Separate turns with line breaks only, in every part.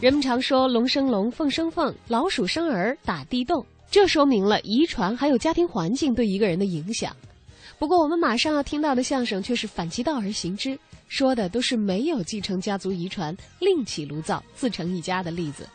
人们常说“龙生龙，凤生凤，老鼠生儿打地洞”，这说明了遗传还有家庭环境对一个人的影响。不过，我们马上要听到的相声却是反其道而行之，说的都是没有继承家族遗传、另起炉灶、自成一家的例子。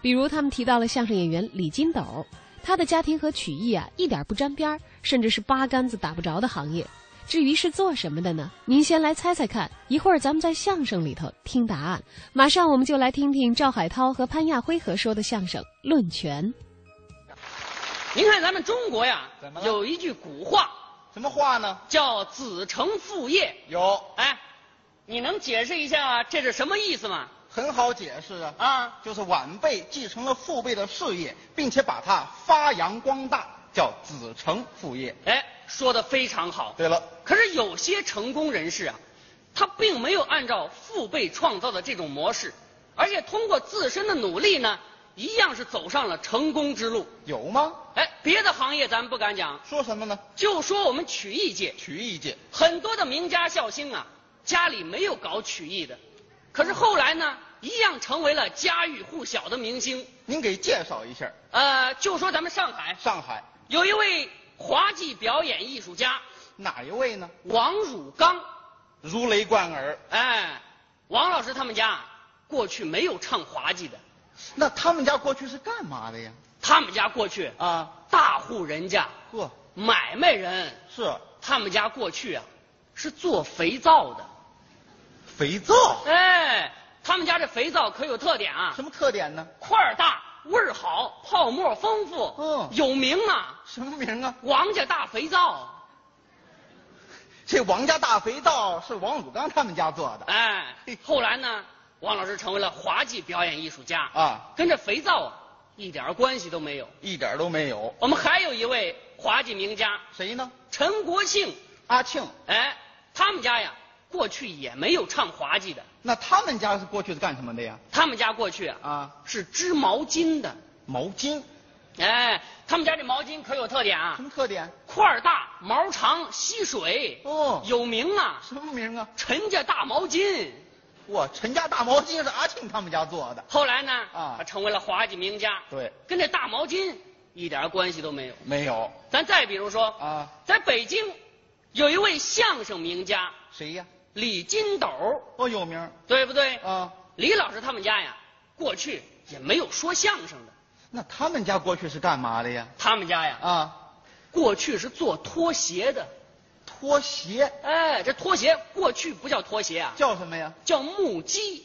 比如，他们提到了相声演员李金斗，他的家庭和曲艺啊一点不沾边儿，甚至是八竿子打不着的行业。至于是做什么的呢？您先来猜猜看，一会儿咱们在相声里头听答案。马上我们就来听听赵海涛和潘亚辉合说的相声《论拳》。
您看咱们中国呀
怎么，了
有一句古话
什么话呢？
叫“子承父业
有”。，
哎，你能解释一下这是什么意思吗？
很好解释啊，
啊，
就是晚辈继承了父辈的事业，并且把它发扬光大，叫子承父业。
哎，说的非常好。
对了，
可是有些成功人士啊，他并没有按照父辈创造的这种模式，而且通过自身的努力呢，一样是走上了成功之路。
有吗？
哎，别的行业咱不敢讲，
说什么呢？
就说我们曲艺界，
曲艺界
很多的名家孝星啊，家里没有搞曲艺的，可是后来呢，一样成为了家喻户晓的明星。
您给介绍一下。
呃，就说咱们上海
上海
有一位滑稽表演艺术家
哪一位呢？
王汝刚，
如雷贯耳。
哎，王老师他们家过去没有唱滑稽的，
那他们家过去是干嘛的呀？
他们家过去
啊，
大户人家、
呵，
买卖人，
是
他们家过去啊是做肥皂的，
肥皂。
哎，他们家这肥皂可有特点啊，
什么特点呢？
块儿大，味儿好，泡沫丰富，
嗯哦
有名啊，
什么名啊？
王家大肥皂，
这王家大肥皂是王汝刚他们家做的
哎
嘿，
后来呢，王老师成为了滑稽表演艺术家，
啊，
跟这肥皂啊一点儿关系都没有。
一点都没有。
我们还有一位滑稽名家
谁呢？
陈国庆，
阿庆。
哎，他们家呀过去也没有唱滑稽的，
那他们家是过去是干什么的呀？
他们家过去啊
啊，
是织毛巾的，
毛巾，
哎，他们家这毛巾可有特点啊
什，么特点？
块儿大，毛长，吸水，
哦
有名啊。
什么名啊？
陈家大毛巾。
哇，陈家大毛巾是阿庆他们家做的。
后来呢，
啊
他成为了滑稽名家，
对，
跟这大毛巾一点关系都没有。
没有
咱再比如说，
啊？
在北京有一位相声名家
谁呀？
李金斗，
哦，有名
对不对？
啊。
李老师他们家呀，过去也没有说相声的，
那他们家过去是干嘛的呀？
他们家呀，
啊，
过去是做拖鞋的。
拖鞋
哎，这拖鞋过去不叫拖鞋啊，
叫什么呀？
叫木屐。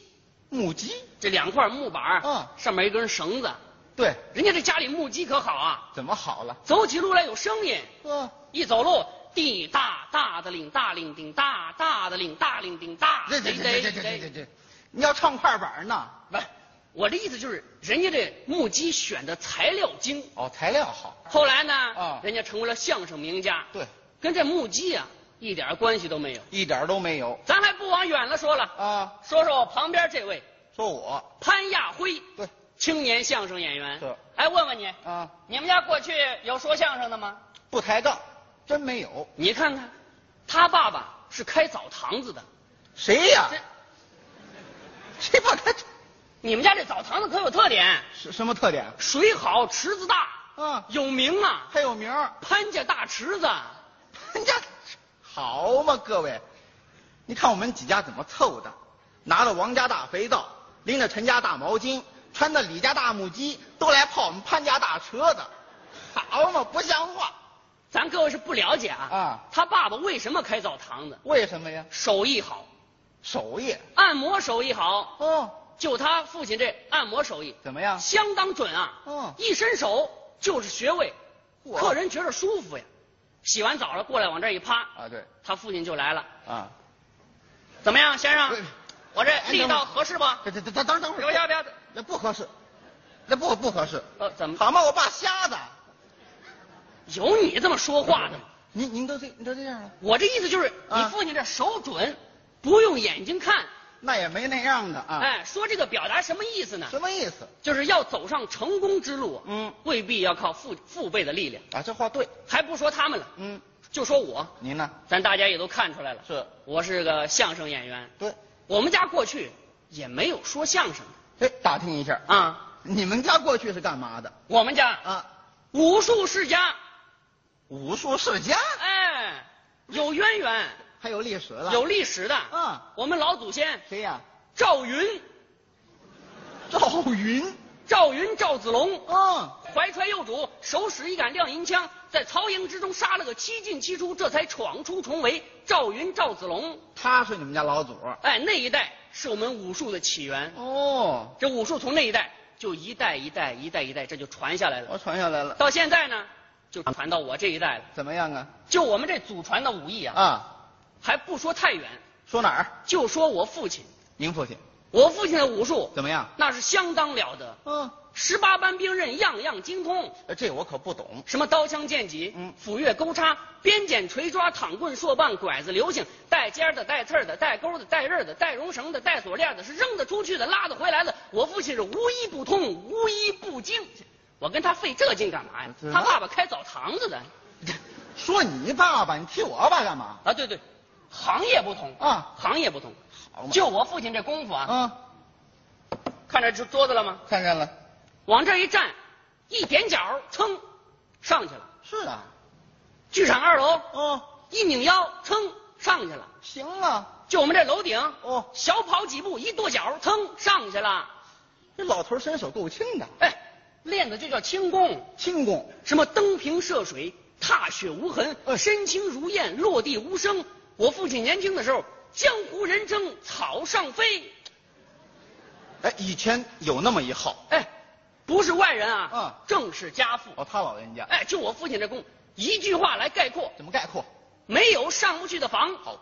母鸡。
这两块木板儿
嗯
上面一根绳子，
对，
人家这家里木屐可好啊，
怎么好了？
走起路来有声音，
啊，
一走路地大大的领大领顶大大的领大领顶大，
这这
得
这这
得
这这这
得
这，啊你要唱快板呢？
不是，我这意思就是人家这木屐选的材料精，
哦，材料好。
后来呢，
啊
人家成为了相声名家，
对，
跟这木屐啊一点关系都没有。
一点都没有
咱还不往远了说了，
啊。
说说我旁边这位
说我
潘亚辉，
对
青年相声演员，
是
哎，问问你，
啊，
你们家过去有说相声的吗？
不抬杠，真没有。
你看看，他爸爸是开澡堂子的，
谁呀
这？
谁把他
你们家这澡堂子可有特点，
什什么特点？
水好池子大，
啊，
有名啊，
还有名儿，
潘家大池子。
人家好嘛，各位，你看我们几家怎么凑的？拿着王家大肥皂，拎着陈家大毛巾，穿着李家大木屐，都来泡我们潘家大车子，好嘛，不像话！
咱各位是不了解啊，
啊
他爸爸为什么开澡堂子？
为什么呀？
手艺好，
手艺
按摩手艺好，
哦，
就他父亲这按摩手艺
怎么样？
相当准啊，
嗯
一伸手就是穴位，
嚯
客人觉得舒服呀。洗完澡了过来往这一趴，
啊，对
他父亲就来了，
啊，
怎么样，先
对
生？我
哎
这力道合适吗？
这这这等等等
不
会
要
儿，
不要，
那不合适，那不不合适，
呃，怎么？
好嘛，我爸瞎子。
有你这么说话的吗？
您您都这您都这样了，
我这意思就是，你
啊
父亲这手准，不用眼睛看，
那也没那样的啊。
哎，说这个表达什么意思呢？
什么意思？
就是要走上成功之路，
嗯，
未必要靠父父辈的力量，
啊，这话对。
还不说他们了，
嗯，
就说我，
您呢？
咱大家也都看出来了，
是
我是个相声演员，
对，
我们家过去也没有说相声的，
哎，打听一下，
啊！
你们家过去是干嘛的？
我们家
啊，
武术世家，
武术世家，
哎，有渊源，
还有历史了。
有历史的。
嗯
我们老祖先
谁呀？
赵云，
赵云。
赵云赵子龙，
嗯，
怀揣幼主，手使一杆亮银枪，在曹营之中杀了个七进七出，这才闯出重围。赵云赵子龙，
他是你们家老祖。
哎，那一代是我们武术的起源。
哦，
这武术从那一代就一代一代一代一代，这就传下来了。
我传下来了，
到现在呢，就传到我这一代了。
怎么样啊？
就我们这祖传的武艺啊，
啊，
还不说太远，
说哪儿？
就说我父亲，
您父亲
我父亲的武术
怎么样？
那是相当了得，
嗯，
十八般兵刃样样精通，
这我可不懂。
什么刀枪剑戟、
嗯
斧钺钩叉、鞭锏锤抓、躺棍槊棒、拐子流星，带尖儿的、带刺儿的、带钩儿的、带刃儿的、带绒绳的、带锁链儿的，是扔得出去的、拉得回来的。我父亲是无一不通，无一不精。我跟他费这劲干嘛呀
是？
他爸爸开澡堂子的。
说你爸爸，你提我爸干嘛？
啊，对对，行业不同
啊
行业不同。
好嘛，
就我父亲这功夫啊，
啊，
看这桌桌子了吗？
看见了。
往这一站，一点脚，噌，上去了。
是啊，
剧场二楼
哦，
一拧腰，噌，上去了。
行啊了。
就我们这楼顶，
哦
小跑几步，一跺脚，噌，上去了。
这老头身手够轻的，
哎，练的就叫轻功，
轻功。
什么登平涉水，踏雪无痕，
哎
身轻如燕，落地无声。我父亲年轻的时候，江湖人称草上飞。
哎，以前有那么一号。
哎，不是外人啊，
嗯
正是家父。
哦，他老人家
哎，就我父亲这功，一句话来概括：
怎么概括？
没有上不去的房，
好，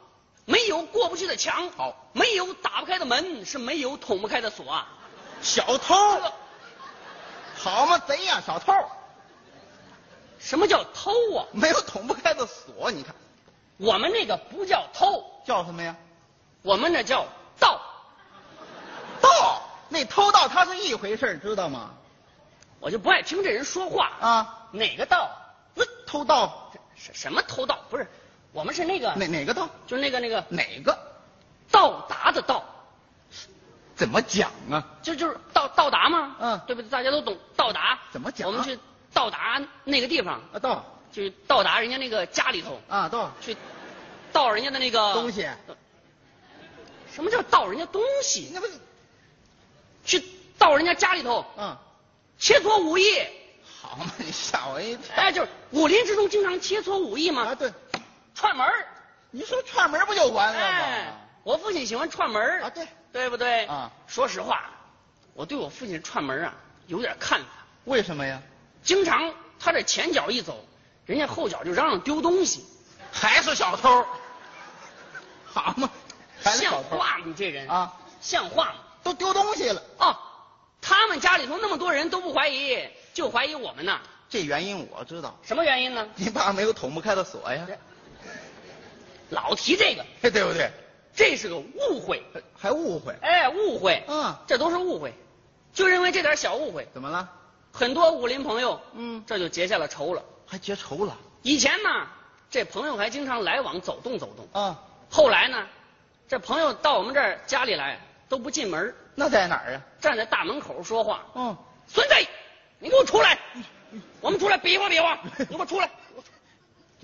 没有过不去的墙，
好，
没有打不开的门，是没有捅不开的锁啊。
小偷，好嘛，贼呀、小偷，
什么叫偷啊？
没有捅不开的锁，你看
我们那个不叫偷，
叫什么呀？
我们那叫盗。
盗，那偷盗它是一回事儿，知道吗？
我就不爱听这人说话。
啊，
哪个盗？
那偷盗
什什么偷盗？不是，我们是那个，
哪哪个盗？
就那个那个
哪个？
到达的到，
怎么讲啊？
就就是到到达嘛。
嗯
对不对？大家都懂到达。
怎么讲
我们去到达那个地方，
啊，盗
去到达人家那个家里头。
啊，盗
去盗人家的那个
东西。
什么叫盗人家东西？
那不
去盗人家家里头，
嗯，
切磋武艺。
好嘛，你吓我一跳。
哎，就是武林之中经常切磋武艺嘛，
啊，对，
串门儿。
你说串门不就完了
哎
吗？，
我父亲喜欢串门儿
啊，对，
对不对？
啊
说实话，我对我父亲串门儿啊有点看法。
为什么呀？
经常他这前脚一走，人家后脚就嚷嚷丢东西，
还是小偷？好嘛，还是
像
小偷
话吗？你这人，
啊？
像话吗？
都丢东西了，
哦，他们家里头那么多人都不怀疑，就怀疑我们呐。
这原因我知道。
什么原因呢？
你爸没有捅不开的锁呀，
老提这个，
对不对？
这是个误会。
还误会。
哎，误会，
嗯，
这都是误会，就认为这点小误会，
怎么了？
很多武林朋友，
嗯
这就结下了仇了。
还结仇了？
以前呢，这朋友还经常来往走动走动。
啊，
后来呢，这朋友到我们这儿家里来都不进门，
那在哪儿啊？
站在大门口说话
嗯，：“
孙子，你给我出来！我们出来比划比划，你给我出来！”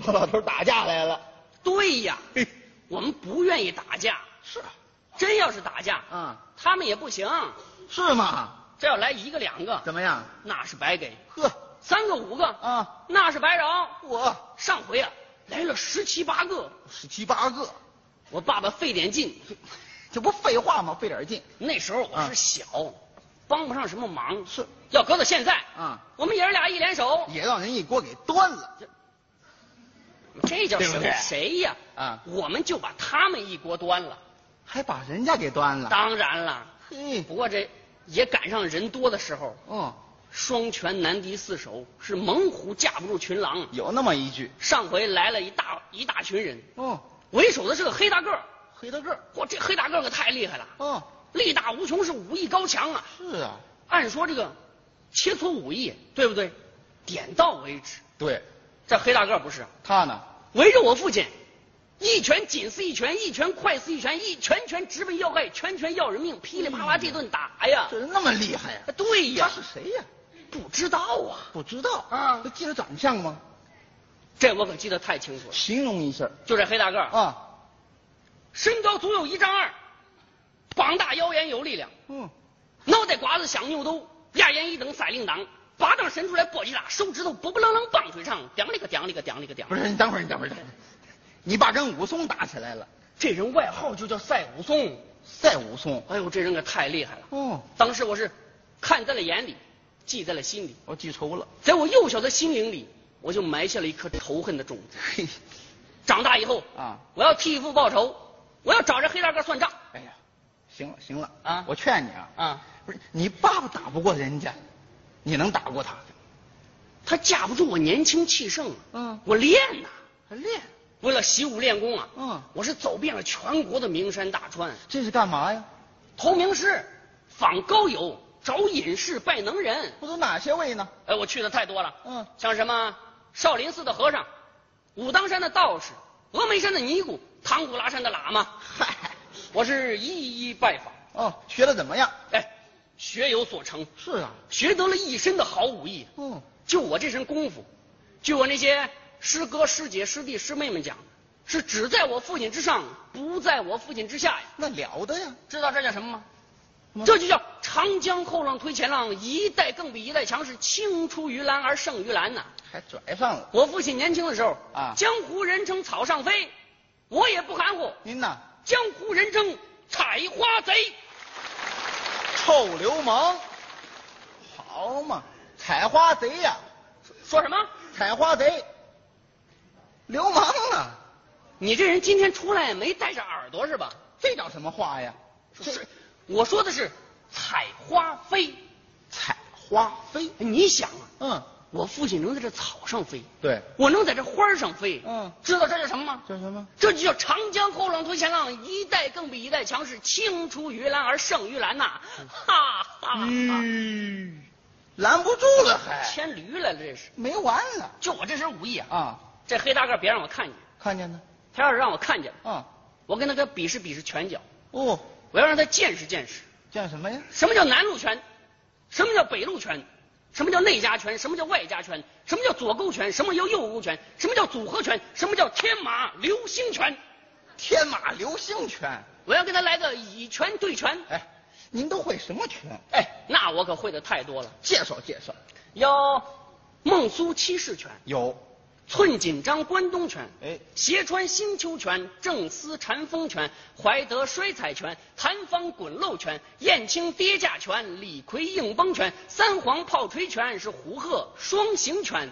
我老头打架来了。
对呀，
嘿，
我们不愿意打架，
是啊，
真要是打架，
啊，
他们也不行。
是吗？
这要来一个两个，
怎么样？
那是白给；
呵，
三个五个，
啊，
那是白饶。
我
上回啊，来了十七八个，
十七八个，
我爸爸费点劲。
这不废话吗？费点劲。
那时候我是小，帮不上什么忙。
啊是，
要搁到现在，
啊，
我们爷儿俩一联手，
也让人一锅给端了。
这叫
对不对
谁呀？
啊
我们就把他们一锅端了。
还把人家给端了。
当然了，
嘿，
不过这也赶上人多的时候，
嗯，
双拳难敌四手，是猛虎架不住群狼啊。
有那么一句。
上回来了一大一大群人，
嗯，
为首的是个黑大个儿，
黑大个儿。
嚯，这黑大个儿可太厉害了，
嗯，
力大无穷，是武艺高强啊。
是啊，
按说这个切磋武艺，对不对？点到为止。
对
这黑大个儿不是
他呢，
围着我父亲一拳紧似一拳，一拳快似一拳，一拳拳直奔要害，拳拳要人命，噼里啪啦这顿打嗯哎呀！
这人那么厉害哎呀、
对
他
呀，
是谁呀、
不知道啊，
不知道
啊
那记得长相吗？
这我可记得太清楚了。
形容一下
就这黑大个儿，
啊，
身高足有一丈二，膀大腰圆有力量，
嗯，
脑袋瓜子像牛兜，俩眼一瞪赛铃铛，巴掌伸出来簸箕大，手指头波波浪浪棒槌上，叮里个叮里个叮里个叮
不。是，你等会儿，你等会儿，等会儿，你爸跟武松打起来了，
这人外号就叫赛武松。
赛武松。
哎呦，这人可太厉害了！
哦，
当时我是看在了眼里，记在了心里，
我记仇了。
在我幼小的心灵里，我就埋下了一颗仇恨的种子。
嘿，
长大以后
啊，
我要替父报仇，我要找这黑大个算账
哎呀，行了行了
啊
我劝你啊，
啊！
不是你爸爸打不过人家，你能打过他？
他架不住我年轻气盛啊，
嗯
我练呐、
还练？
为了习武练功啊，
嗯
我是走遍了全国的名山大川，
这是干嘛呀？
投名师，访高友，找隐士，拜能人。
不都哪些位呢？
哎，我去的太多了，
嗯
像什么少林寺的和尚，武当山的道士，峨眉山的尼姑，唐古拉山的喇嘛，
嗨，
我是一一拜访。
哦，学的怎么样？
哎，学有所成，
是啊，
学得了一身的好武艺。啊
嗯，
就我这身功夫，据我那些师哥、师姐、师弟、师妹们讲，是只在我父亲之上，不在我父亲之下呀。
那了得呀。
知道这叫什么吗？
什么
这就叫长江后浪推前浪，一代更比一代强，是青出于蓝而胜于蓝呐、
还拽上了。
我父亲年轻的时候
啊
江湖人称草上飞，我也不含糊，
您呐，
江湖人称采花贼。
臭流氓，好嘛，采花贼呀、
说什么？
采花贼，流氓啊！
你这人今天出来没带着耳朵是吧？
这叫什么话呀？
是，我说的是采花飞。
采花飞。
你想啊，
嗯，
我父亲能在这草上飞，
对，
我能在这花儿上飞。
嗯
知道这叫什么吗？
叫什么？
这就叫长江后浪推前浪，一代更比一代强，是青出于蓝而胜于蓝呐、哈哈
啊
哈！
嗯，拦不住了还，
牵驴来了，这是。
没完了
就我这身武艺啊，
啊！
这黑大个儿别让我看见，
看见呢？
他要是让我看见了，
啊，
我跟他哥比试比试拳脚，
哦，
我要让他见识见识
叫什么呀？
什么叫南路拳，什么叫北路拳，什么叫内家拳，什么叫外家拳，什么叫左勾拳，什么叫右勾拳，什么叫组合拳，什么叫天马流星拳。
天马流星拳。
我要跟他来个以拳对拳，
哎，您都会什么拳？
哎，那我可会的太多了。
介绍介绍。
有孟苏七式拳、
有，
寸锦章关东拳、
哎，
斜 穿新秋拳、正思禅风拳、怀德摔彩拳、谭方滚漏拳、燕青跌架拳、李逵硬崩拳、三皇炮锤拳是胡鹤双形拳。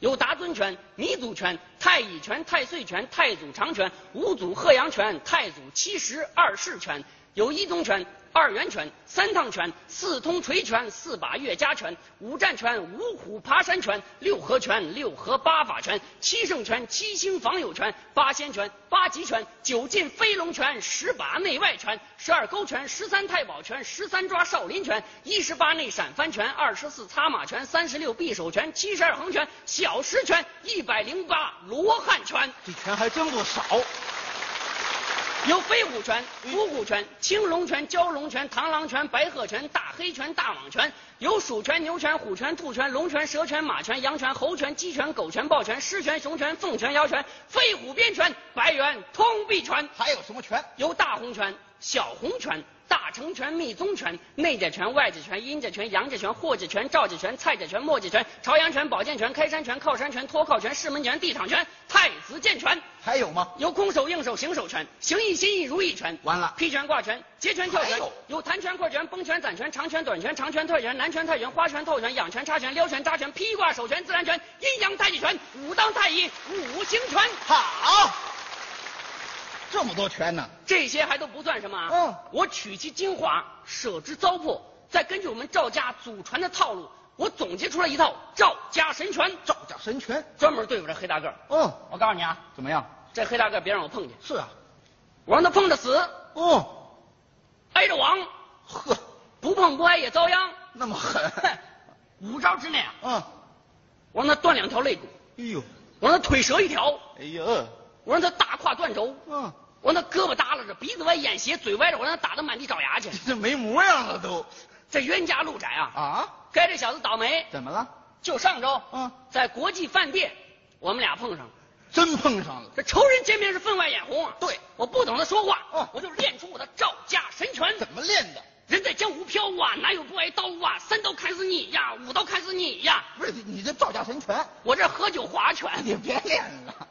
有达尊拳、弥祖拳、太乙拳、太岁拳、太祖长拳、五祖鹤阳拳、太祖七十二式拳，有一宗拳、二元拳、三趟拳、四通锤拳、四把岳家拳、五战拳、五虎爬山拳、六合拳、六合八法拳、七圣拳、七星防友拳、八仙拳、八极拳、九进飞龙拳、十把内外拳、十二勾拳、十三太保拳、十三抓少林拳、一十八内闪翻拳、二十四擦马拳、三十六匕首拳、七十二横拳、小石拳、一百零八罗汉拳。
这拳还真不少。
有飞虎拳、虎骨拳、青龙拳、蛟龙拳、螳螂拳、白鹤拳、大黑拳、大蟒拳，有鼠拳、牛拳、虎拳、兔拳、龙拳、蛇拳、马拳、羊拳、猴拳、鸡拳、狗拳、豹拳、狮拳、熊拳、凤拳、摇拳、飞虎鞭拳、白猿通臂拳。
还有什么拳？
有大红拳、小红拳、大成拳、密宗拳、内家拳、外家拳、阴家拳、阳家拳、霍家拳、赵家拳、蔡家拳、墨家拳、朝阳拳、保健拳、开山拳、靠山拳、脱靠拳、势门拳、地躺拳、太子剑拳。
还有吗？
有空手、硬手、形手拳，形意、心意、如意拳，
完了
劈拳、挂拳、截拳、跳
还
拳
有，
有弹拳、快拳、崩拳、攒拳、长拳、短拳、长拳、特拳、南拳、泰拳、花拳、透拳、仰拳、插拳、撩拳、扎拳、劈挂手拳、自然拳、阴阳太极拳、武当太乙、五行拳，
好，这么多拳呢？
这些还都不算什么啊。
嗯
我取其精华，舍之糟粕，再根据我们赵家祖传的套路，我总结出了一套赵家神拳，
赵家神拳。
专门对付这黑大个儿。
嗯，
我告诉你啊，
怎么样？
这黑大个儿别让我碰见，
是啊。
我让他碰着死，
哦，
挨着亡。
呵，
不碰不挨也遭殃。
那么狠。
哼，五招之内啊，
嗯，
我让他断两条肋骨，
哎呦，
我让他腿折一条，
哎呦，
我让他大胯断轴，
嗯，
我让他胳膊耷拉着，鼻子歪，眼斜，嘴歪着，我让他打得满地找牙去。
这没模样了都
这冤家路窄啊，
啊？
该这小子倒霉。
怎么了？
就上周，
嗯，
在国际饭店，我们俩碰上了。
真碰上了。
这仇人见面是分外眼红啊！
对，
我不等他说话，
嗯
我就练出我的招架神拳。
怎么练的？
人在江湖飘啊，哪有不挨刀啊？三刀砍死你呀，五刀砍死你呀！
不是你这造假神拳，
我这喝酒划拳，
你别练了。